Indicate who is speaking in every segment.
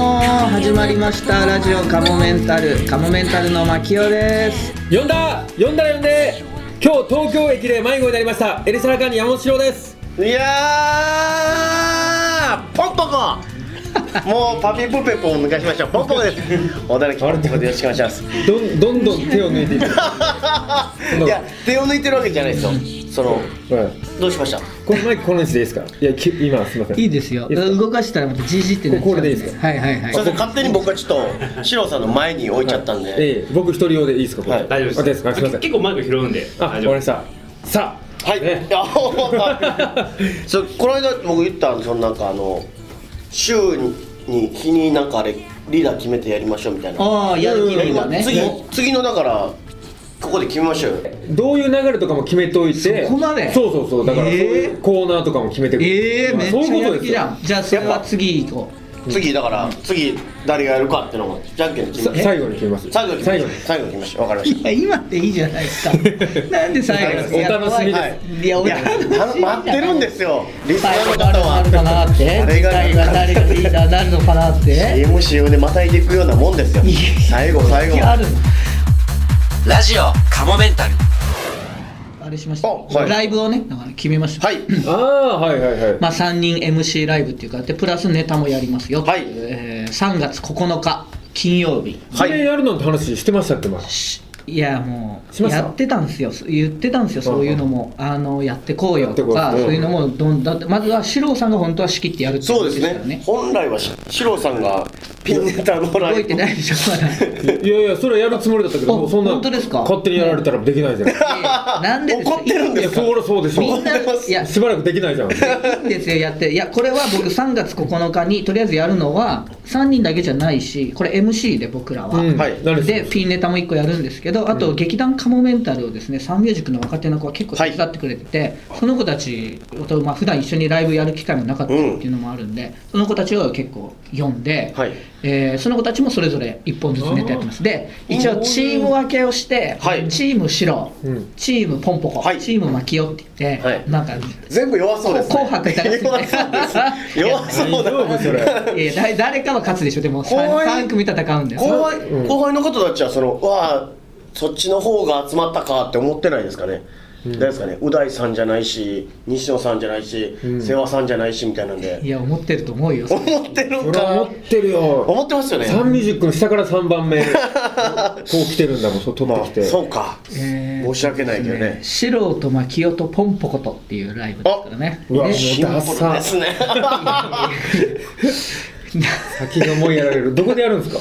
Speaker 1: 始まりましたラジオカモメンタルカモメンタルの牧雄です
Speaker 2: 呼んだ呼んだら呼んで今日東京駅で迷子になりましたエリサラカンニ山本四郎です
Speaker 3: いやーポンポ コもうパピプペポンを抜かしましょうポンポコです小田原ってことよろしくお願いします
Speaker 2: どんどんどん手を抜いていく、
Speaker 3: いや手を抜いてるわけじゃないですよその
Speaker 2: うん、
Speaker 3: どうしました
Speaker 2: このマイクこの位置でいいですかいやき今すみません
Speaker 1: いいですよ
Speaker 2: いいですか
Speaker 1: 動かしたらまたじじってなっちゃう
Speaker 2: これでいいです
Speaker 1: かはいはいはい
Speaker 3: そして勝手に僕はちょっとシロさんの前に置いちゃったんで
Speaker 2: ええ僕一人用でいいですかこれ、
Speaker 3: はい
Speaker 4: 大丈夫です。
Speaker 2: あすみません
Speaker 4: 結構マイク拾うんで。
Speaker 2: あわか
Speaker 4: 大
Speaker 2: り
Speaker 4: 丈夫
Speaker 2: ましたさあ
Speaker 3: はい、
Speaker 2: ね
Speaker 3: いやそうこの間僕言ったのそのなんかあの週に日になんかあれリーダー決めてやりましょうみたいな
Speaker 1: ああやる気の今ね
Speaker 3: 次
Speaker 1: も
Speaker 3: 次のだからここで決めましょうよ
Speaker 2: どういう流れとかも決めておいて
Speaker 1: そこまで
Speaker 2: そうそうそうだから
Speaker 1: え
Speaker 2: そう
Speaker 1: え
Speaker 2: いうコーナーとかも決めてく
Speaker 1: ええ
Speaker 2: まあ
Speaker 1: めっち
Speaker 2: そ
Speaker 1: ゃ
Speaker 2: ういう
Speaker 1: や
Speaker 2: こと
Speaker 1: る気
Speaker 2: です
Speaker 1: じ
Speaker 2: よ
Speaker 1: ゃんじゃあそれは次行こう
Speaker 3: 次だから次誰がやるかってのもじゃんけんで決
Speaker 2: さ
Speaker 3: めて
Speaker 2: 最後に決めます
Speaker 3: 最後に
Speaker 2: 最後に
Speaker 3: 最後に決めましょうわかりま
Speaker 1: い
Speaker 3: した
Speaker 1: や今っていいじゃないです かなんで最後に
Speaker 2: お楽しみです
Speaker 1: やいやお
Speaker 3: いや
Speaker 1: 楽しみじゃない
Speaker 3: 待ってるんですよリスナ
Speaker 1: 最
Speaker 3: ー
Speaker 1: 後
Speaker 3: の
Speaker 1: 誰
Speaker 3: 方
Speaker 1: がなるかな
Speaker 3: は
Speaker 1: って誰
Speaker 3: 誰
Speaker 1: が
Speaker 3: が
Speaker 1: 誰がリーダーになるのかな って
Speaker 3: m c をでまたいでいくようなもんですよ
Speaker 1: いや
Speaker 3: 最後最後
Speaker 1: ある
Speaker 5: ラジオカモメンタル
Speaker 1: あれしました、
Speaker 3: あはい
Speaker 1: ライブをねだから決めました
Speaker 3: はい
Speaker 2: ああはいはいはい、
Speaker 1: まあ、3人 MC ライブっていうかでプラスネタもやりますよ、
Speaker 3: はい
Speaker 1: えー3月9日金曜日
Speaker 2: これやるのって話してましたっけまあ
Speaker 1: しいやも
Speaker 2: し
Speaker 1: う
Speaker 2: ました
Speaker 1: やってたんですよ言ってたんですよそういうのもあのやってこうよ
Speaker 2: やって
Speaker 1: と
Speaker 2: こう
Speaker 1: か
Speaker 2: よ
Speaker 1: そううんいうのもどんだってまずは四郎さんが本当は仕切ってやるってこ
Speaker 3: そう
Speaker 1: と
Speaker 3: です
Speaker 1: から
Speaker 3: ね本来はしシロさんがピンネタのラ
Speaker 1: 動
Speaker 3: イ
Speaker 1: いて
Speaker 3: ブ
Speaker 1: ないでしょまだい
Speaker 2: いやいやそれはやるつもりだったけど
Speaker 1: あ
Speaker 2: もうそんな
Speaker 1: 本当ですか
Speaker 2: 勝手にやられたらできないじゃない
Speaker 1: やい やなんでです
Speaker 3: 怒ってるん
Speaker 2: い
Speaker 3: で
Speaker 2: や
Speaker 3: すか
Speaker 2: そうそうでしょ
Speaker 1: みんな
Speaker 3: 怒ってます
Speaker 1: いや
Speaker 2: しばらくできないじゃん
Speaker 1: いいんですよやっていやこれは僕3月9日にとりあえずやるのは3人だけじゃないしこれ MC で僕らは、
Speaker 2: うん
Speaker 3: はい
Speaker 2: 何
Speaker 1: ですピンネタも1個やるんですけどあと劇団カモメンタルをですねサンミュージックの若手の子は結構手伝ってくれてて、その子たちと、まあ普段一緒にライブやる機会もなかったっていうのもあるんで、その子たちを結構読んで、
Speaker 3: はい
Speaker 1: えーその子たちもそれぞれ1本ずつネタやってますで一応チーム分けをして、
Speaker 3: はい
Speaker 1: チームシロ、
Speaker 2: うん
Speaker 1: チームポンポコ、
Speaker 3: はい
Speaker 1: チームマキオって言って、
Speaker 3: はい
Speaker 1: なんか
Speaker 3: 全部弱そうですね
Speaker 1: 紅白みたいな
Speaker 3: 弱
Speaker 1: やつ
Speaker 3: そうです弱そうだ
Speaker 2: 大丈夫それ
Speaker 1: えーだ誰かは勝つでしょでも 3,
Speaker 3: 怖い
Speaker 1: 組戦うんだよ
Speaker 3: 後輩
Speaker 2: うん
Speaker 3: 後輩の方たちはそのうわあそっちの方が集まったかって思ってないですかね、誰ですかねう大さんじゃないし西野さんじゃないし、
Speaker 2: ん
Speaker 3: 世話さんじゃないしみたいなんで
Speaker 1: いや思ってると思うよ
Speaker 3: 思ってる
Speaker 2: そ
Speaker 3: ん
Speaker 2: れ
Speaker 3: か
Speaker 2: は持ってるよ
Speaker 3: 思ってますよね
Speaker 2: サンミュージックの下から3番目こう来てるんだもんそう取っ
Speaker 3: ま
Speaker 2: て
Speaker 3: あ
Speaker 2: きて、
Speaker 3: そうか、
Speaker 1: えー
Speaker 3: 申し訳ないけどね
Speaker 1: 素人マキオとポンポコとっていうライブですからね
Speaker 2: うわも
Speaker 1: ね
Speaker 2: う
Speaker 3: シンプ
Speaker 2: ダ
Speaker 3: ル
Speaker 2: サ
Speaker 3: ですね
Speaker 2: 先がもうやられるどこでやるんですか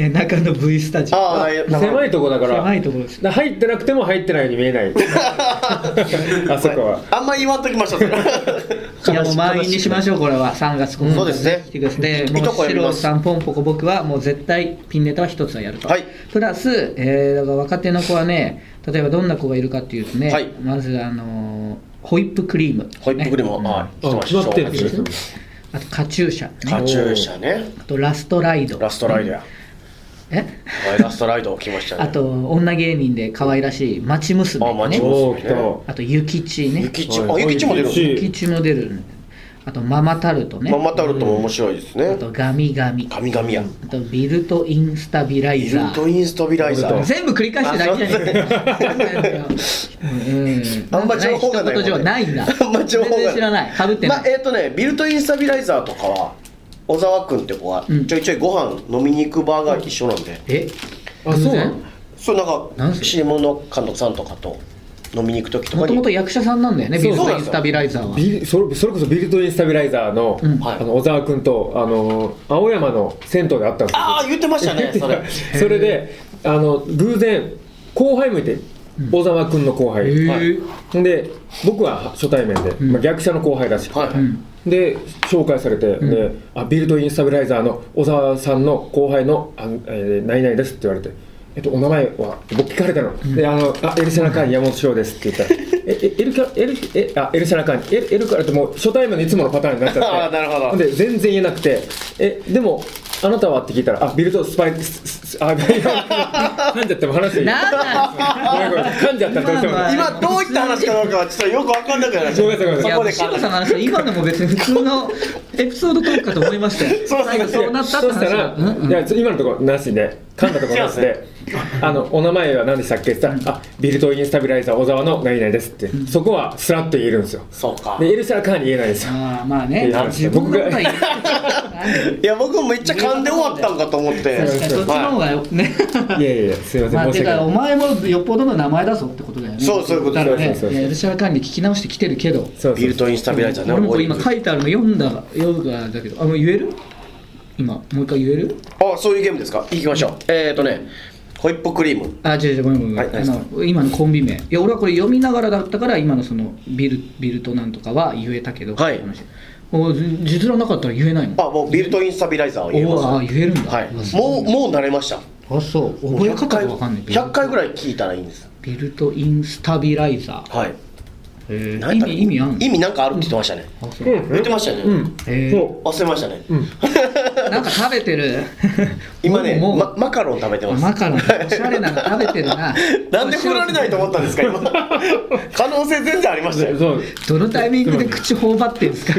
Speaker 1: え中野 V スタジオ
Speaker 3: ああ
Speaker 2: 狭いとこだから
Speaker 1: 狭いところです
Speaker 2: だ入ってなくても入ってないように見えない あそこは
Speaker 3: あんま言わんとき ましたそれ
Speaker 1: いやもう満員にしましょうこれは3月9日
Speaker 3: そうですね
Speaker 1: 来てくださいで
Speaker 3: い
Speaker 1: も
Speaker 3: と
Speaker 1: う
Speaker 3: こや
Speaker 1: シ
Speaker 3: り
Speaker 1: ロ
Speaker 3: ます
Speaker 1: さんポンポコ僕はもう絶対ピンネタは一つはやると、
Speaker 3: はい
Speaker 1: プラス、えー、だから若手の子はね例えばどんな子がいるかっていうとね、
Speaker 3: はい
Speaker 1: まずあのーホイップクリーム、
Speaker 3: ホイップクリー
Speaker 1: ム
Speaker 3: ムは、はい
Speaker 2: あ決まってるんです
Speaker 3: ね
Speaker 2: ね
Speaker 1: あとカチューシャ、ね、
Speaker 3: カチューシャね
Speaker 1: あとラストライド
Speaker 3: ラストライドや、
Speaker 1: え
Speaker 3: はいラストライド来ましたね
Speaker 1: あと女芸人で可愛らしい町娘
Speaker 3: あ町
Speaker 1: ね
Speaker 3: 娘
Speaker 2: おお来た
Speaker 1: あとゆきちね
Speaker 3: ゆきちあ
Speaker 2: はい
Speaker 3: ゆきちも出る
Speaker 2: ゆきち
Speaker 3: の
Speaker 1: ゆきちも出るねあとママタルトね、
Speaker 3: ママタルトも面白いです
Speaker 1: あ
Speaker 3: ね
Speaker 1: とガミガミ
Speaker 3: 神々や
Speaker 1: あとビルトインスタビライ
Speaker 3: イル
Speaker 1: ザ
Speaker 3: ト
Speaker 1: ー
Speaker 3: インスタビライザー
Speaker 1: 全部繰り返してだけじゃない
Speaker 3: あんま情報がない
Speaker 1: ことじゃないんだ
Speaker 3: あんま情報が
Speaker 1: 全然知らないかぶってない、
Speaker 3: まあえっ、とねビルトインスタビライザーとかは小沢君って子は
Speaker 1: うん
Speaker 3: ちょいちょいご飯飲みに行く場が一緒なんで、
Speaker 1: え
Speaker 2: あそうなの
Speaker 3: そうな
Speaker 1: なん
Speaker 3: ん
Speaker 1: すか
Speaker 3: か CM の監督さんとかと飲みに行く時とか
Speaker 1: もと
Speaker 3: に
Speaker 1: もと役者さんなんだよねビルトインスタビライザーは
Speaker 2: ビリそれそれこそビルトインスタビライザーの,、
Speaker 1: うん
Speaker 2: あの小沢君とあの青山の銭湯で会ったんですよ
Speaker 3: ああ言ってました ねそれ
Speaker 2: それであの偶然後輩向いて小沢君の後輩、
Speaker 1: へえ
Speaker 2: はいで僕は初対面で、
Speaker 1: ん
Speaker 2: まあ、逆者の後輩らしくて、
Speaker 3: はい、
Speaker 1: うん
Speaker 2: で紹介されて、であビルトインスタビライザーの小沢さんの後輩の「あえー、何々です」って言われて。えっと、お名前は僕聞かれたの、であのあエルシャナカーニ山本翔ですって言ったら「ええエルキャエルえあエルシャナカーニエルエルカラ」ってもう初対面のいつものパターンになっちゃって
Speaker 3: あーなるほど
Speaker 2: で全然言えなくて「えでもあなたはって聞いたら、あ、ビルドスパイ、ススあ、いやいや噛んじゃっても話していい。ご
Speaker 1: なんなんですか
Speaker 2: めんごめん噛んじゃったらどうしても
Speaker 1: まあ
Speaker 2: ない。
Speaker 1: ま
Speaker 3: 今どういった話かどうかはちょっとよく分かんなくなっちゃ
Speaker 2: ごめんなさいごめんな
Speaker 3: そ
Speaker 2: さい
Speaker 3: こで
Speaker 1: 志
Speaker 3: 考
Speaker 1: さんの話は今のも別に普通のエピソードトークかと思いましたよ
Speaker 3: そう
Speaker 1: 最後そうなったっ
Speaker 2: そ
Speaker 1: て
Speaker 2: した
Speaker 1: 話
Speaker 2: ら、
Speaker 1: が、うんうん
Speaker 2: いや今のところなしで噛んだところなしで「あのお名前は何でしたっけ?」って言ったら「あビルトインスタビライザー小沢の何々です」って、そこはスラッと言えるんですよ
Speaker 3: そうか
Speaker 2: でエルシャラカーに言えないんですよ
Speaker 1: あーまあね
Speaker 2: いや
Speaker 1: 自分のことは言う
Speaker 3: いや僕もめっちゃ噛んで終わったんかと思って
Speaker 1: 確かにそっちの方がよね
Speaker 2: いやいやいやすいません、
Speaker 1: まあ、
Speaker 2: 申
Speaker 1: て
Speaker 2: し訳
Speaker 1: かお
Speaker 2: ない
Speaker 1: 前もよっぽどの名前だぞってことだよね
Speaker 3: そうそういうこと
Speaker 1: だからね
Speaker 2: そうそうそうそう
Speaker 1: いやエルシャラ管理聞き直してきてるけど
Speaker 2: そう
Speaker 3: ビルトインスタビライザーね
Speaker 1: 俺もこれ今
Speaker 3: オー
Speaker 1: 書
Speaker 3: リ
Speaker 1: いてあるの読んだ読んだんだけどあもう言える今もう一回言える
Speaker 3: ングあそういうゲームですかいきましょうえっ、ー、とねホイップクリーム
Speaker 1: あ違う違うごめんごめん、
Speaker 3: はい
Speaker 1: あの今のコンビ名いや俺はこれ読みながらだったから今のそのビルビルトなんとかは言えたけど
Speaker 3: はい
Speaker 1: って話もう実らなかったら言えないの
Speaker 3: あもうビルトインスタビライザーを言え
Speaker 1: おー
Speaker 3: ま
Speaker 1: あ言えるんだ、
Speaker 3: すは
Speaker 1: あ
Speaker 3: い
Speaker 1: そう
Speaker 3: もうもう慣れました
Speaker 1: あそう覚え方がわかんないビル
Speaker 3: 100回ぐらい聞いたらいいんです
Speaker 1: ビルトインスタビライザ
Speaker 3: はい
Speaker 1: ー、
Speaker 3: 何
Speaker 1: 意
Speaker 3: やったっけ
Speaker 1: 味意味あんの
Speaker 3: 意味なんかあるって言ってましたね、
Speaker 1: あそう、
Speaker 2: うん
Speaker 3: 言ってましたよね、
Speaker 2: うん
Speaker 1: えー
Speaker 2: そ
Speaker 3: 忘れましたね、
Speaker 1: なんか食べてる
Speaker 3: 今ね
Speaker 1: もうもう
Speaker 3: まマカロン食べてます
Speaker 1: マカロンおしゃれなの食べてるな
Speaker 3: なんで振られないと思ったんです か今可能性全然ありました
Speaker 2: う
Speaker 3: よ
Speaker 2: そう
Speaker 1: どのタイミングで口頬張ってるん ですか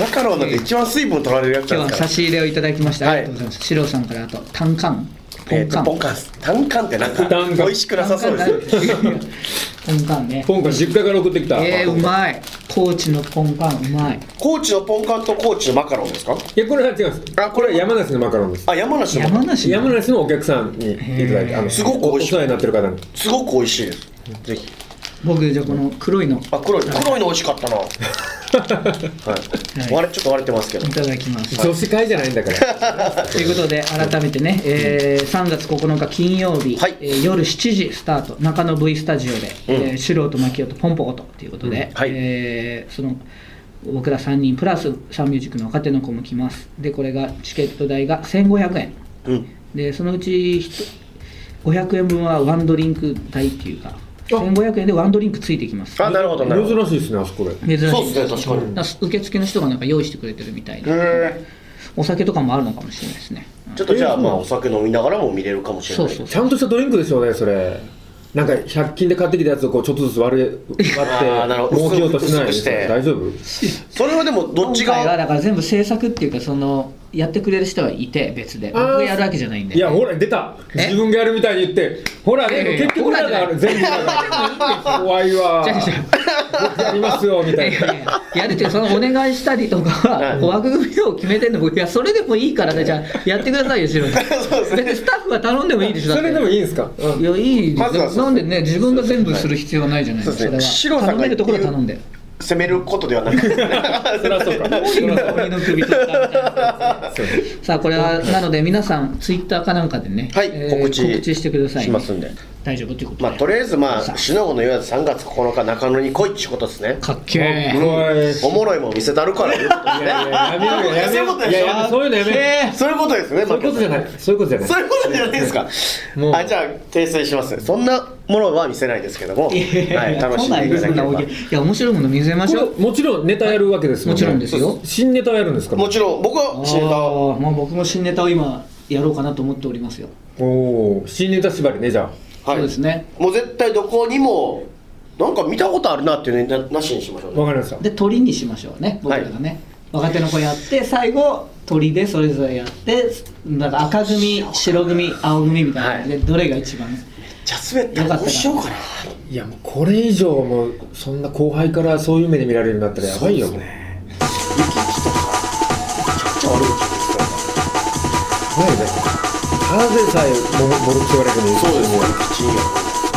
Speaker 3: マカロンなんて一番水分取られるや
Speaker 1: 今
Speaker 3: つ
Speaker 1: 日
Speaker 3: なん
Speaker 1: は
Speaker 3: ですか
Speaker 1: 差
Speaker 3: ら
Speaker 1: し入れをいただきまして
Speaker 3: は
Speaker 1: あり
Speaker 3: い
Speaker 1: がとうございます、シロさんからあとタンカンポ
Speaker 3: え
Speaker 1: ン
Speaker 3: ー
Speaker 1: カ
Speaker 3: と
Speaker 1: ン、
Speaker 3: ポンカンスタンカンってなんか
Speaker 2: タンカン
Speaker 3: 美味しくなさそうです
Speaker 1: すポンカンね
Speaker 2: 今回実家から送ってきた、
Speaker 1: えー、うまい高知のポンカンうまい
Speaker 3: 高知のポンカンと高知のマカロンですか
Speaker 2: いやこれは違うんです
Speaker 3: あ
Speaker 2: あこれは山梨のマカロンです
Speaker 3: あ山梨のマカ
Speaker 1: 山
Speaker 3: ロン
Speaker 1: 梨の
Speaker 2: 山梨のお客さんにいただ
Speaker 1: へ
Speaker 2: いて
Speaker 1: ー
Speaker 2: あの
Speaker 3: すごく美
Speaker 2: お
Speaker 3: 味しい
Speaker 2: 世話になってる方に
Speaker 3: すごく美味しいですぜひ
Speaker 1: 僕じゃあこの黒いの
Speaker 3: あ黒い黒いの美味し かったなはい割れちょっと割れてますけど
Speaker 1: いただきます
Speaker 2: 女子会じゃないんだから
Speaker 1: ということで改めてね、えー3月9日金曜日、
Speaker 3: はい
Speaker 1: えー夜7時スタート中野 V スタジオで、えー、素人牧雄とポンポコとということで、
Speaker 3: うんはい
Speaker 1: えーその僕ら3人プラスサンミュージックの若手の子も来ますでこれがチケット代が1500円
Speaker 3: うん
Speaker 1: でそのうちひと500円分はワンドリンク代っていうか1500円でワンドリンクついてきます
Speaker 3: あなるほどなるほ ど
Speaker 2: 珍しいですねあそこで
Speaker 1: 珍しい
Speaker 3: そうですね確かに
Speaker 1: だから受付の人がなんか用意してくれてるみたい
Speaker 3: へ
Speaker 1: で
Speaker 3: え
Speaker 1: お酒とかもあるのかもしれないですね、
Speaker 3: ちょっとじゃあまあお酒飲みながらも見れるかもしれ
Speaker 1: そ
Speaker 3: な
Speaker 1: う
Speaker 3: い
Speaker 1: そう
Speaker 2: ちゃんとしたドリンクでしょうねそれなんか100均で買ってきたやつをこうちょっとずつ割れ
Speaker 3: あーな
Speaker 2: 割っ
Speaker 3: るほ
Speaker 2: て
Speaker 3: ど
Speaker 2: 儲けようとしない
Speaker 3: 薄くして
Speaker 2: 大丈夫
Speaker 3: それはでもどっち
Speaker 1: 今回は
Speaker 3: が
Speaker 1: だから全部制作っていうかそのやってくれる人はいて別で
Speaker 2: あー
Speaker 1: 僕がやるわけじゃないんで
Speaker 2: いやほら出た
Speaker 1: え
Speaker 2: 自分がやるみたいに言ってほら
Speaker 1: いやいや
Speaker 2: でも結局
Speaker 1: ほら
Speaker 2: なんかある全部なんか怖いわ
Speaker 1: 違う違う
Speaker 2: 僕やりますよみ
Speaker 1: い
Speaker 2: た
Speaker 1: やい
Speaker 2: い
Speaker 1: や
Speaker 2: ない
Speaker 1: ややるっていうそのお願いしたりとか
Speaker 3: は
Speaker 1: は
Speaker 3: い
Speaker 1: お枠組みを決めてんの僕いやそれでもいいからねじゃあやってくださいよ白さん
Speaker 3: そうですね
Speaker 1: 別にスタッフは頼んでもいいでしょだっ
Speaker 2: そ
Speaker 1: て
Speaker 2: れでもいいんですかうん
Speaker 1: いやいい
Speaker 3: まずは
Speaker 1: で
Speaker 3: そう
Speaker 1: すなんでね自分が全部する必要はないじゃないですか
Speaker 3: そうですね
Speaker 1: そ
Speaker 3: シ
Speaker 1: れ
Speaker 3: ロ
Speaker 1: は
Speaker 3: さん
Speaker 1: 頼め
Speaker 3: が言
Speaker 1: る
Speaker 3: う
Speaker 1: ところは頼んで
Speaker 3: 攻めることではなく
Speaker 2: そりゃそうかそりゃそう
Speaker 1: 鬼の首取ったみたいな
Speaker 2: そう
Speaker 1: さあこれはなので皆さんツイッターかなんかでね、
Speaker 3: はい
Speaker 1: えー
Speaker 3: 告知
Speaker 1: してくださいね、
Speaker 3: しますんで
Speaker 1: 大丈夫っていうこと
Speaker 3: まあとりあえずま
Speaker 1: さ
Speaker 3: あしのぶの言わず3月9日中野に来いっちゅうことですね
Speaker 1: かっけえ
Speaker 2: うわい
Speaker 3: おもろいもん見せたるからいうことです
Speaker 2: いやいややめようよやめよう
Speaker 3: そういうことでしょ
Speaker 2: いやいやそういうのやめよう
Speaker 3: ねそういうことですね
Speaker 2: そういうことじゃないそういうことじゃない
Speaker 3: そういうことじゃないですか
Speaker 2: もう
Speaker 3: あじゃあ訂正しますそんなものは見せないですけども、はい
Speaker 1: やいやい
Speaker 3: い、
Speaker 1: や
Speaker 3: 楽しんでいただけれ
Speaker 1: そんな大喜
Speaker 3: ば
Speaker 1: 利いや面白いもの見せましょう
Speaker 2: これもちろんネタやるわけですもんね
Speaker 1: もちろんですよ
Speaker 2: 新ネタをやるんですか
Speaker 3: もちろん僕は知れた
Speaker 1: あーまあ僕も新ネタを今やろうかなと思っておりますよ、
Speaker 2: おー新ネタ縛りねじゃあ
Speaker 3: はい、
Speaker 1: そうですね
Speaker 3: もう絶対どこにもなんか見たことあるなっていうのなしにしましょうね
Speaker 2: わかりました
Speaker 1: で鳥にしましょうね僕らがね、若手の子やって最後鳥でそれぞれやってなんか赤組白組青組みたいな感じで、どれが一番
Speaker 3: じゃあ滑っ
Speaker 1: よ
Speaker 3: た
Speaker 1: かった
Speaker 3: ら
Speaker 1: な
Speaker 3: どうしようかない
Speaker 2: やもうこれ以上もうそんな後輩からそういう目で見られるようになったらやばいよ
Speaker 3: そう
Speaker 2: もう
Speaker 3: ですね雪来とかめちゃく
Speaker 2: ないねただでさえも
Speaker 3: ちゃ悪いですから
Speaker 2: ボロクソ言われてもいい
Speaker 3: そうですね雪地に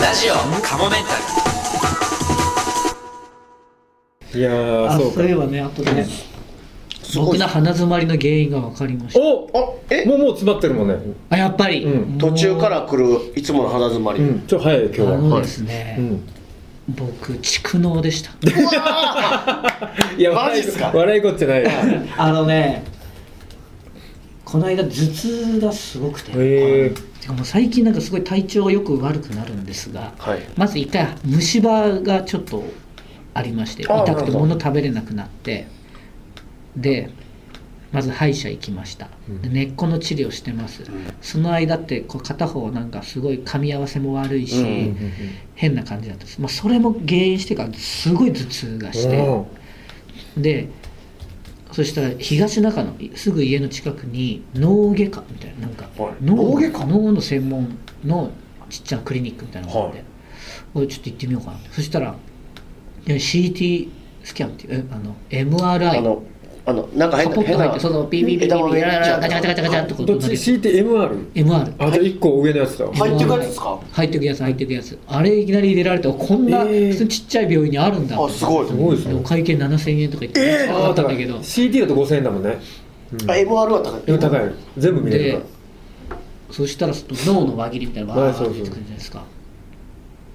Speaker 5: ラジオカモメンタル
Speaker 2: いやー
Speaker 1: あ
Speaker 2: そ
Speaker 1: そう
Speaker 2: か
Speaker 1: ういえばねあとね
Speaker 3: ごい
Speaker 1: 僕の鼻づまりの原因が分かりました
Speaker 2: お
Speaker 3: あえ
Speaker 2: もうもう詰まってるもんね
Speaker 1: あやっぱり、
Speaker 2: うん
Speaker 3: 途中から来るいつもの鼻づまり、
Speaker 2: うんちょっと早いよ今日
Speaker 1: あ
Speaker 2: は
Speaker 1: のです
Speaker 2: は
Speaker 1: ね
Speaker 2: い、うん
Speaker 1: 僕蓄能でした
Speaker 2: いや
Speaker 3: マジ
Speaker 2: 笑い
Speaker 3: っすか
Speaker 2: 笑いこっちゃないよ
Speaker 1: あのねこの間頭痛がすごくて、
Speaker 2: へえ
Speaker 1: てかもう最近なんかすごい体調がよく悪くなるんですが、
Speaker 3: はい
Speaker 1: まず一回虫歯がちょっとありまして
Speaker 3: あ
Speaker 1: 痛く
Speaker 3: なる
Speaker 1: て
Speaker 3: ほど
Speaker 1: 物食べれなくなってでまず歯医者行きました、
Speaker 2: うん
Speaker 1: で根っこの治療してます、
Speaker 3: ん
Speaker 1: その間ってこう片方なんかすごい噛み合わせも悪いし、
Speaker 3: うんうん
Speaker 2: うんうん
Speaker 1: 変な感じだったんです、まあ、それも原因してからすごい頭痛がして、
Speaker 2: お
Speaker 1: でそしたら東中野すぐ家の近くに脳外科みたいななんか
Speaker 3: はい
Speaker 1: 脳
Speaker 3: 脳外科
Speaker 1: 脳の専門のちっちゃなクリニックみたいなのがあって、
Speaker 3: はい
Speaker 1: おいちょっと行ってみようかなそしたらいや CT スキャンっていうえあの MRI
Speaker 3: あのあのなんか変
Speaker 1: カポッと
Speaker 3: な変
Speaker 1: 入っ
Speaker 3: な
Speaker 1: てそのビビビビビビ
Speaker 3: 枝豆
Speaker 1: ラララガチャガチャガチャガチャっ
Speaker 2: ー
Speaker 1: てこ
Speaker 2: ど
Speaker 1: と
Speaker 2: っち
Speaker 1: なる
Speaker 2: CTMR
Speaker 1: MR
Speaker 2: あじゃあ1個上のやつだ
Speaker 3: 入ってくやつですか
Speaker 1: 入ってくやつ入ってくやつあれいきなり入れられてこんな
Speaker 2: えー
Speaker 1: 普通にちっちゃい病院にあるんだ
Speaker 3: あすごい
Speaker 2: すごいです
Speaker 1: でお
Speaker 2: ね
Speaker 1: 会計7000円とか言って
Speaker 3: えー
Speaker 1: あったんだけど
Speaker 2: CT だと5000円だもんね
Speaker 3: あ MR は高い
Speaker 2: でも高い全部見れる
Speaker 1: で
Speaker 2: か
Speaker 1: そしたらその脳の輪切りみたいなの
Speaker 2: は
Speaker 1: が
Speaker 2: い
Speaker 1: バーって出てくるじゃないですか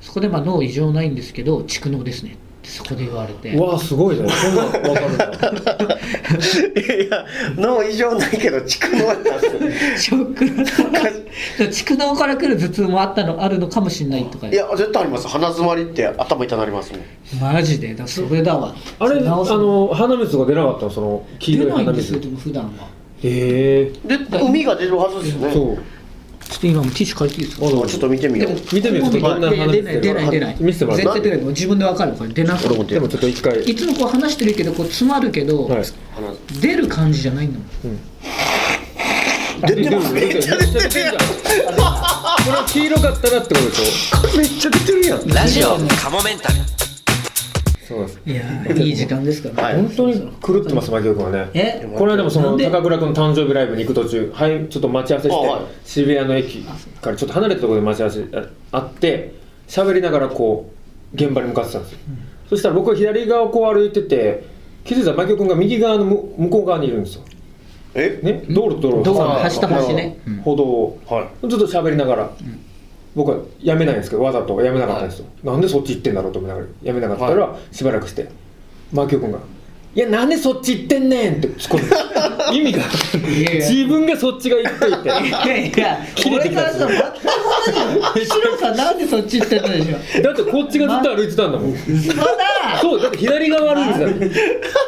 Speaker 1: そこでまあ脳異常ないんですけど蓄能ですねってそこで言われて
Speaker 2: らうわあすごいねそんなん分かるんだ
Speaker 3: いや脳異常ないけど蓄能やったん です
Speaker 1: ショックだっただから蓄能からくる頭痛もあったのあるのかもしれないとか
Speaker 3: いや絶対あります鼻詰まりって頭痛なりますもん
Speaker 1: マジでだからそれだわ
Speaker 2: あれあ
Speaker 1: 直す
Speaker 2: の鼻水とか出なかったのその黄色
Speaker 1: 出
Speaker 2: い
Speaker 1: ない
Speaker 2: 鼻
Speaker 1: んですよ
Speaker 2: 水
Speaker 1: でも普段は
Speaker 2: へえ
Speaker 3: で海が出るはずですよね
Speaker 2: そう
Speaker 1: ちょっと今もティッシュ借りていいですか
Speaker 2: あどう
Speaker 3: ちょ
Speaker 2: ぞ
Speaker 3: っと見てみよう
Speaker 2: 見てみようちょっとどんな鼻
Speaker 1: 出
Speaker 2: 水
Speaker 1: な
Speaker 2: 出
Speaker 1: い
Speaker 2: て
Speaker 1: 出
Speaker 2: る
Speaker 1: ない出ない
Speaker 2: 見せてもら
Speaker 1: 絶
Speaker 2: っ
Speaker 1: 対出ないもう自分でわかるこれ出なく
Speaker 3: 俺も
Speaker 1: て
Speaker 3: 出
Speaker 2: でもちょっと一回
Speaker 1: いつもこう話してるけどこう詰まるけど、
Speaker 2: はい
Speaker 3: 鼻
Speaker 1: 出る感じじゃないんだもん
Speaker 3: 出てます
Speaker 2: 出てる出てるめっちゃ出て るじゃんこれは黄色かったらってことでし
Speaker 3: めっちゃ出てるやん
Speaker 5: ラジオカモメンタル
Speaker 2: ょそうです
Speaker 1: いやーいい時間ですから、
Speaker 3: はい
Speaker 2: 本当に狂ってます槙尾君はね
Speaker 1: え
Speaker 2: この間もそ
Speaker 1: なん
Speaker 2: の
Speaker 1: で
Speaker 2: 高倉君の誕生日ライブに行く途中、はい、ちょっと待ち合わせして、
Speaker 3: あはい
Speaker 2: 渋谷の駅からちょっと離れたところで待ち合わせああって喋りながらこう現場に向かってたんですよ、そしたら僕は左側をこう歩いてて気づいたら槙尾君が右側のむ向こう側にいるんですよ、
Speaker 3: え
Speaker 2: ね、道路と道路
Speaker 1: 道路
Speaker 2: 挟んで
Speaker 1: 端と端ねうん
Speaker 2: 歩道を、
Speaker 3: は
Speaker 2: ちょっと喋りながら、僕はやめないんですけどわざとやめなかったんですよ、なんでそっち行ってんだろうと思いながらやめなかったら、しばらくして槙尾君が「いやなんでそっち行ってんねん!」って突っ込んで意味が
Speaker 1: いやいや
Speaker 2: 自分がそっちが行っとい
Speaker 1: い
Speaker 2: て
Speaker 1: やいや、俺からしたら全く同じじゃん。白さんなんでそっち行ってたでしょ。
Speaker 2: だってこっちがずっと歩いてたんだもん
Speaker 1: 嘘だ。
Speaker 2: そうだって左側歩いてたの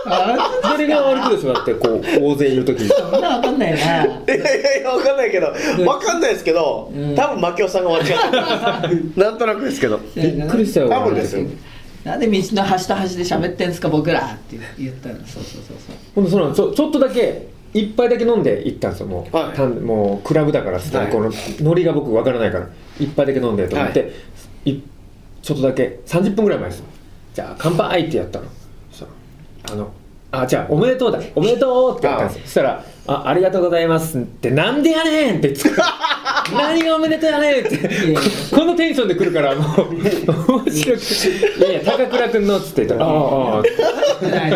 Speaker 1: あ
Speaker 2: 左側歩くでしょだってこう大勢いる時に
Speaker 1: そんなわかんないな。
Speaker 3: いやいやいやわかんないけどわかんないですけど
Speaker 1: うん
Speaker 3: 多分槙尾さんが間 違ってたなんとなくですけど
Speaker 2: びっくりしたよ
Speaker 3: 多分ですよ
Speaker 1: なんで道の端と端で喋ってんすか僕らって言ったの。そうそうそうそう。
Speaker 2: ほんでそのちょちょっとだけ一杯だけ飲んで行ったんですよもう,、
Speaker 3: はい
Speaker 2: たんもうクラブだからっつって、
Speaker 3: はい
Speaker 2: このノリが僕わからないから一杯だけ飲んでと思って、、
Speaker 3: はい
Speaker 2: ちょっとだけ30分ぐらい前ですよじゃあ乾杯ってやったのそしたらあのあじゃあおめでとうだおめでとうってやったんですよそしたらあありがとうございますってなんでやねんってつ く何がおめでとうやねんって
Speaker 1: いや
Speaker 2: このテンションで来るからもう面白くいやいや高倉君のっつって言ったらああああ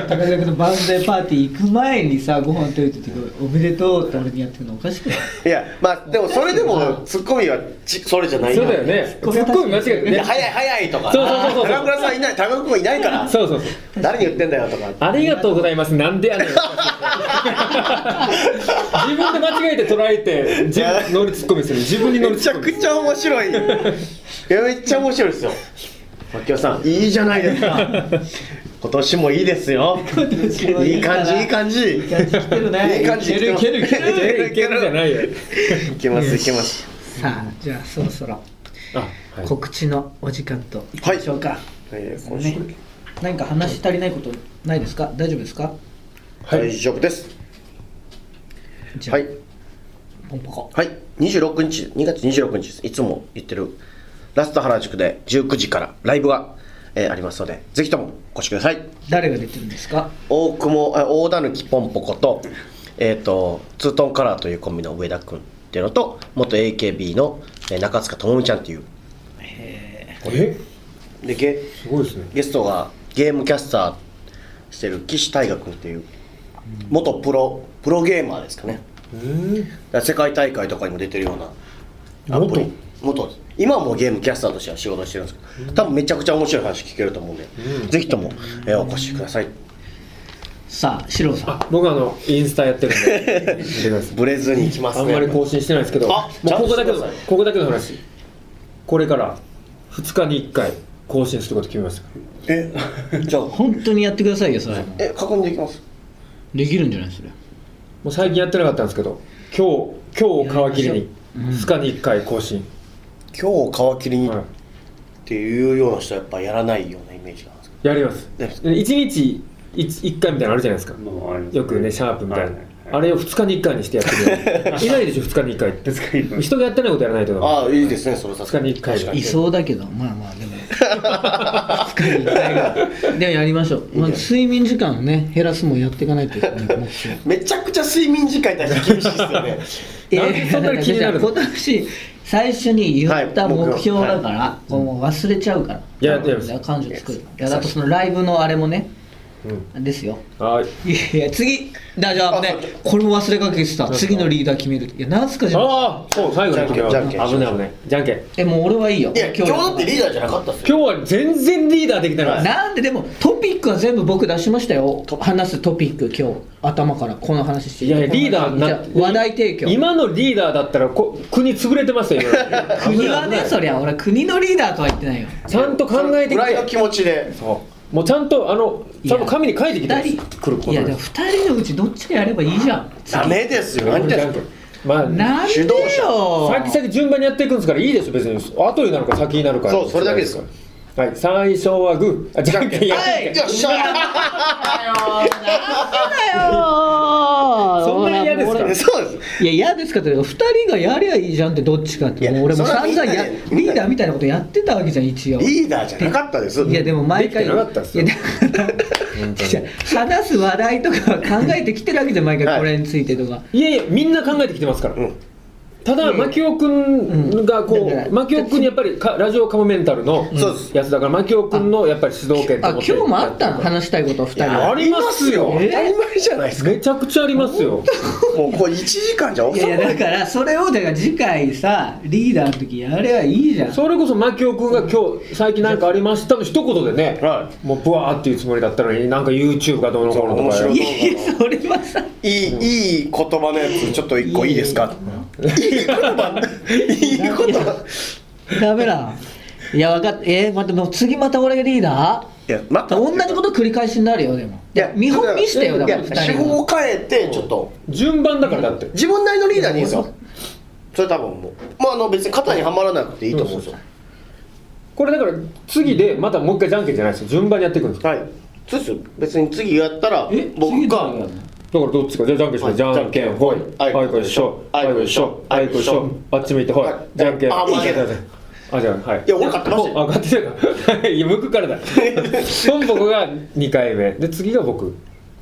Speaker 1: 高田君のバースデーパーティー行く前にさご飯食べてておめでとうって俺にやってくのおかしくない。
Speaker 3: いやまあでもそれでもツッコミはちそれじゃない
Speaker 2: そう
Speaker 3: な
Speaker 2: だよね。ツ
Speaker 1: これ
Speaker 2: ッ
Speaker 1: は
Speaker 2: コミ間違えて
Speaker 3: いや
Speaker 2: ね。
Speaker 3: 早い早いとか
Speaker 2: そうそうそうそう
Speaker 3: 高倉さんいない高倉君いないから
Speaker 2: そうそうそう。
Speaker 3: 誰に言ってんだよとか
Speaker 2: ありがとうございます。なんでやねん。自分で間違えて捉えて、自分ノリツッコミする。自分にノリ
Speaker 3: めち
Speaker 2: ツッ
Speaker 3: ゃ
Speaker 2: コミ。
Speaker 3: くちゃ面白いいやめっちゃ面白いですよ槙尾さんいいじゃないで すか今年もいいですよ
Speaker 1: 年 もい
Speaker 3: い
Speaker 1: い
Speaker 3: い
Speaker 1: か
Speaker 3: 感
Speaker 1: ら
Speaker 3: じいい感じ
Speaker 1: いい感じ来てるね
Speaker 3: いい感じ
Speaker 1: いけるいけるいけ
Speaker 2: いけるいけるじゃないよ。
Speaker 3: いけますいけます
Speaker 1: さあじゃあそろそろ
Speaker 2: あ、はい。
Speaker 1: 告知のお時間といきましょうか。
Speaker 3: えー今週
Speaker 1: ね、何か話し足りないことないですか大丈夫ですか
Speaker 2: はい
Speaker 3: 大丈夫です
Speaker 1: じゃあ、
Speaker 3: はい
Speaker 1: ポンポコ
Speaker 3: はい、26日、2月26日です。いつも言ってる、ラスト原宿で19時からライブが、えーありますので、ぜひともお越しください。
Speaker 1: 誰が出てるんですか
Speaker 3: 大久保、あ大田貫ポンポコと、えっ、と、ツートンカラーというコンビの上田くんっていうのと、元 AKB のえー中塚智美ちゃんっていう。
Speaker 2: え、
Speaker 3: で、ゲ
Speaker 2: すごいですね。
Speaker 3: ゲストがゲームキャスターしてる岸大河君っていう、元プロ、プロゲーマーですかね。
Speaker 2: うん。
Speaker 3: だから世界大会とかにも出てるようなアプリ元です今はもうゲームキャスターとしては仕事してるんですけど多分めちゃくちゃ面白い話聞けると思うんで、ぜひとも、えーお越しください
Speaker 1: さあ四郎さん
Speaker 2: あ、僕あのインスタやってるんで。見てください
Speaker 3: ブレずに行きますね
Speaker 2: あんまり更新してないですけど、も
Speaker 3: あ
Speaker 2: うここだけの
Speaker 3: ちゃんとしてください
Speaker 2: ここだけの話。これから2日に1回更新すること決めました。
Speaker 3: えじゃあ
Speaker 1: 本当にやってくださいよそれ
Speaker 3: え確認できます
Speaker 1: できるんじゃないそれ
Speaker 2: もう最近やってなかったんですけど今日今日を皮切りに2日に1回更新、
Speaker 3: 今日を皮切りにっ
Speaker 2: はい
Speaker 3: ていうような人はやっぱやらないようなイメージなんですか
Speaker 2: やります
Speaker 3: ね
Speaker 2: 1日 1, 回みたいなのあるじゃないですか
Speaker 4: もうあれです
Speaker 2: よくねシャープみたいな、
Speaker 4: はは
Speaker 2: あれを2日に1回にしてやってるいないでしょ2日に1回って
Speaker 4: 確かに
Speaker 2: 人がやってないことやらないと
Speaker 3: ああいいですねそれさ
Speaker 2: 2日に1回
Speaker 3: 確
Speaker 1: いそうだけどまあまあ でも深い理解がでもやりましょう、まあ、睡眠時間をね減らすもんやっていかないといけない目標
Speaker 3: めちゃくちゃ睡眠時間に対して厳しいですよ
Speaker 2: な
Speaker 3: ね
Speaker 2: んでそんなに気になるの
Speaker 1: いやいやだからじゃあ今年最初に言った
Speaker 3: はい
Speaker 1: 目標だから、もう忘れちゃうから
Speaker 2: いやいや
Speaker 1: だから彼女作るいやだとそのライブのあれもね、ですよ
Speaker 2: はい
Speaker 1: いやいや次だじゃあねこれも忘れかけてた次のリーダー決めるいや何すかじゃん
Speaker 2: ああそう最後の時は
Speaker 3: じゃんけんじゃんけん
Speaker 2: 危ない危ないじゃんけん
Speaker 1: えもう俺はいいよ
Speaker 3: いや今日だってリーダーじゃなかったっすよ
Speaker 2: 今日は全然リーダーできてないです
Speaker 1: なんででもトピックは全部僕出しましたよ話すトピック今日頭からこの話して
Speaker 2: いやいやリーダーに
Speaker 1: じ
Speaker 2: な
Speaker 1: ゃあ話題提供
Speaker 2: 今のリーダーだったらこ国潰れてましたよ今
Speaker 1: 国はね
Speaker 2: 危ない危ない
Speaker 1: そりゃ俺は国のリーダーとは言ってないよ
Speaker 2: ちゃんと考えて
Speaker 3: ぐ
Speaker 2: き
Speaker 3: らいの
Speaker 2: て
Speaker 3: 気持ちで
Speaker 2: そうもうちゃんとあのちゃんと紙に書いてき
Speaker 1: 二
Speaker 2: て
Speaker 1: 人
Speaker 2: くること
Speaker 1: いや
Speaker 2: で
Speaker 1: じゃあ
Speaker 2: す
Speaker 1: 2人のうちどっちかやればいいじゃん
Speaker 3: ダメですよ何ですか
Speaker 2: まあ
Speaker 1: なんで
Speaker 3: 主
Speaker 1: よ
Speaker 3: 導者
Speaker 2: 先々順番にやっていくんですからいいですよ別に後になるか先になるか
Speaker 3: そうそれだけですよ
Speaker 2: はい最初はグーあじゃんけんやる
Speaker 3: はいよっしゃ
Speaker 1: なんだよ
Speaker 2: そんなに嫌ですか
Speaker 1: 俺
Speaker 3: そうです
Speaker 1: いや嫌ですかって2人がやりゃいいじゃんってどっちかって
Speaker 3: いや
Speaker 1: もう俺も
Speaker 3: それは
Speaker 1: 散
Speaker 3: みんな
Speaker 1: 々
Speaker 3: で
Speaker 1: やリーダーみたいなことやってたわけじゃん一応
Speaker 3: リーダーじゃなかったです
Speaker 1: いやでも毎回
Speaker 2: できてなかったっすよ
Speaker 1: いやだからじゃあ話す話題とかは考えてきてるわけじゃん毎
Speaker 3: はい
Speaker 1: 回これについてとか、
Speaker 2: いやいやみんな考えてきてますから、
Speaker 3: うん
Speaker 2: ただ牧く君がこう、
Speaker 1: だから
Speaker 2: 牧く君にやっぱりかラジオカモメンタルの
Speaker 3: そうです
Speaker 2: やつだから牧く君のやっぱり主導権
Speaker 1: あ
Speaker 2: と
Speaker 1: 今
Speaker 2: 思っ
Speaker 1: 日
Speaker 2: て
Speaker 1: もあったの話したいこと2人は
Speaker 2: ありますよ
Speaker 3: 当たり前じゃないですか
Speaker 2: めちゃくちゃありますよ
Speaker 3: もうこれ1時間じゃ
Speaker 1: い
Speaker 3: 収
Speaker 1: やいや
Speaker 3: まらな
Speaker 1: だ
Speaker 3: い
Speaker 1: からそれをだから次回さリーダーの時やればいいじゃん
Speaker 2: それこそ牧く君が今日最近何かありましたの一言でね、
Speaker 3: は
Speaker 2: もうブワーっていうつもりだったのになんか YouTube がどうのこうのとか
Speaker 3: そう
Speaker 1: い
Speaker 3: 面白
Speaker 1: やいやそれはさ
Speaker 3: いいいい言葉のやつちょっと1個いいですかいい言葉いい言葉
Speaker 1: ダメだいや分かっえー、またもう次また俺がリーダ
Speaker 3: いやま
Speaker 1: ー同じこと繰り返しになるよでもいや見本見してよだから
Speaker 3: いや
Speaker 1: 2
Speaker 3: 手
Speaker 1: 人
Speaker 3: 法
Speaker 1: は
Speaker 3: を変えてちょっと
Speaker 2: 順番だからだって、
Speaker 3: 自分なりのリーダーにいいんですよそれ多分もうまああの別に肩にはまらなくていいと思うんですよ
Speaker 2: これだから次でまたもう一回じゃんけんじゃないですよ順番にやっていくんですよ
Speaker 3: はいそうですよ別に次やったら
Speaker 1: え
Speaker 3: 僕
Speaker 1: 次
Speaker 3: が
Speaker 1: 誰やんの
Speaker 2: だからどっちかじゃあじゃんけんしま
Speaker 3: はい
Speaker 2: じゃんけんほい
Speaker 3: あい
Speaker 2: あいこでしょ
Speaker 3: あ
Speaker 2: あ
Speaker 3: い
Speaker 2: い
Speaker 3: こ
Speaker 2: こ
Speaker 3: で
Speaker 2: で
Speaker 3: し
Speaker 2: し
Speaker 3: ょ
Speaker 2: ょあいこでしょあっち向いてほい
Speaker 3: はい
Speaker 2: じゃんけん
Speaker 3: あ負けた
Speaker 2: ああじゃあはい
Speaker 3: いや俺勝ってましたよ
Speaker 2: あ勝ってたか いや向くから だポンポコが2回目で次が僕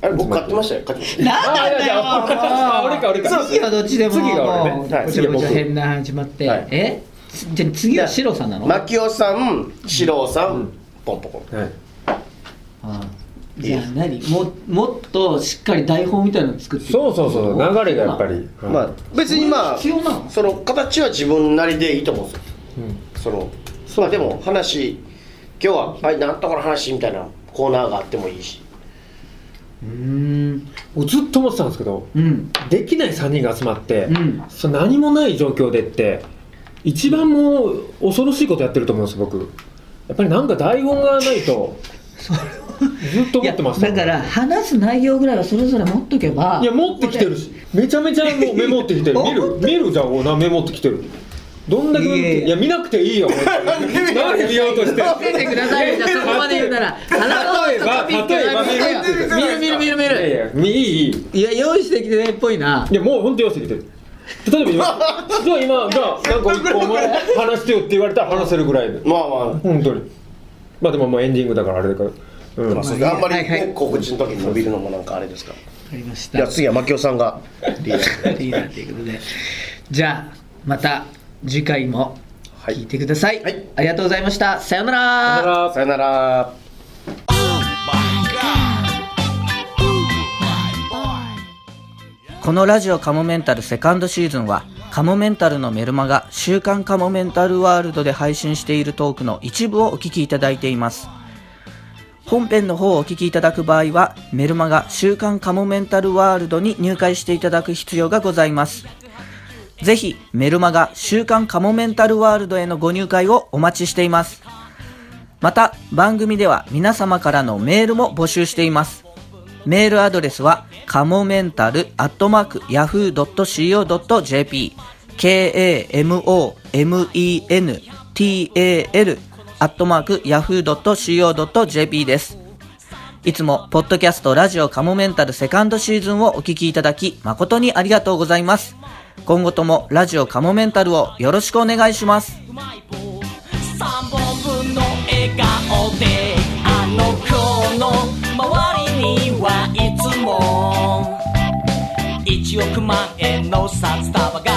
Speaker 3: あれ僕買ってましたよ買ってましたよ
Speaker 1: なんなんだよ
Speaker 2: あいやいや
Speaker 1: もう
Speaker 2: 俺か俺か
Speaker 1: いいよどっちでも
Speaker 2: 次が俺ね
Speaker 1: もう
Speaker 2: はい
Speaker 1: ごちゃごち
Speaker 2: 次
Speaker 1: ゃ
Speaker 2: は僕
Speaker 1: 変な始まって、
Speaker 3: はい
Speaker 1: えつじゃあ次はシロさんなの、
Speaker 3: 牧雄さん四郎さんポンポコ
Speaker 2: はい
Speaker 1: ああじゃあ何ももっとしっかり台本みたいなの作っていく
Speaker 2: そうそうそう流れがやっぱりはい
Speaker 3: まあ別にまあ
Speaker 1: 必要なの
Speaker 3: その形は自分なりでいいと思うんですよそのまあでも話今日は「はいなんとかの話」みたいなコーナーがあってもいいし
Speaker 1: うーん
Speaker 2: 僕ずっと思ってたんですけど
Speaker 1: うん
Speaker 2: できない3人が集まって、
Speaker 1: うん
Speaker 2: その何もない状況でって一番もう恐ろしいことやってると思うんです僕やっぱりなんか台本がないとずっ
Speaker 1: い
Speaker 2: と思
Speaker 1: や
Speaker 2: ってました
Speaker 1: だから話す内容ぐらいはそれぞれ持っとけば
Speaker 2: いや持ってきてるしめちゃめちゃもうメモってき てる見る見るじゃんおなメモってきてるどんだけメモって
Speaker 1: いやいや
Speaker 2: いや見なくてい いよ何見ようとして
Speaker 1: 見せてくださいよじゃあそこまで言うならあなた
Speaker 2: 例えば例えば
Speaker 1: 見る見る見る見
Speaker 2: いやい
Speaker 1: る
Speaker 2: やいいいい
Speaker 1: いや用意してきてないっぽいない
Speaker 2: やもう本当よすぎてる例 えば今じゃあ今じゃあなんか一個お前話してよって言われたら話せるぐらいで
Speaker 3: まあま
Speaker 2: 本当にまあでもまあエンディングだからあれだからう
Speaker 3: あ
Speaker 2: ん
Speaker 3: まあ
Speaker 2: は
Speaker 3: そうですねあんまり
Speaker 1: はいはい
Speaker 3: ね告知の時に伸びるのもなんかあれですから
Speaker 1: わかりました
Speaker 3: じゃあ次は牧雄 さんがリーダー
Speaker 1: いいなということでじゃあまた次回も聞いてください、
Speaker 3: はい
Speaker 1: ありがとうございましたさようなら
Speaker 3: さよなら
Speaker 6: このラジオカモメンタルセカンドシーズンはカモメンタルのメルマガ週刊カモメンタルワールドで配信しているトークの一部をお聞きいただいています。本編の方をお聞きいただく場合はメルマガ週刊カモメンタルワールドに入会していただく必要がございます。ぜひメルマガ週刊カモメンタルワールドへのご入会をお待ちしています。また番組では皆様からのメールも募集しています。メールアドレスは、かもメンタルアットマーク yahoo.co.jp、k-a-m-o-m-e-n-t-a-l アットマーク yahoo.co.jp です。いつも、ポッドキャストラジオカモメンタルセカンドシーズンをお聞きいただき、誠にありがとうございます。今後ともラジオカモメンタルをよろしくお願いします。
Speaker 4: うまい棒3本分の笑顔であの子の周りにはいつも1億万円の札束が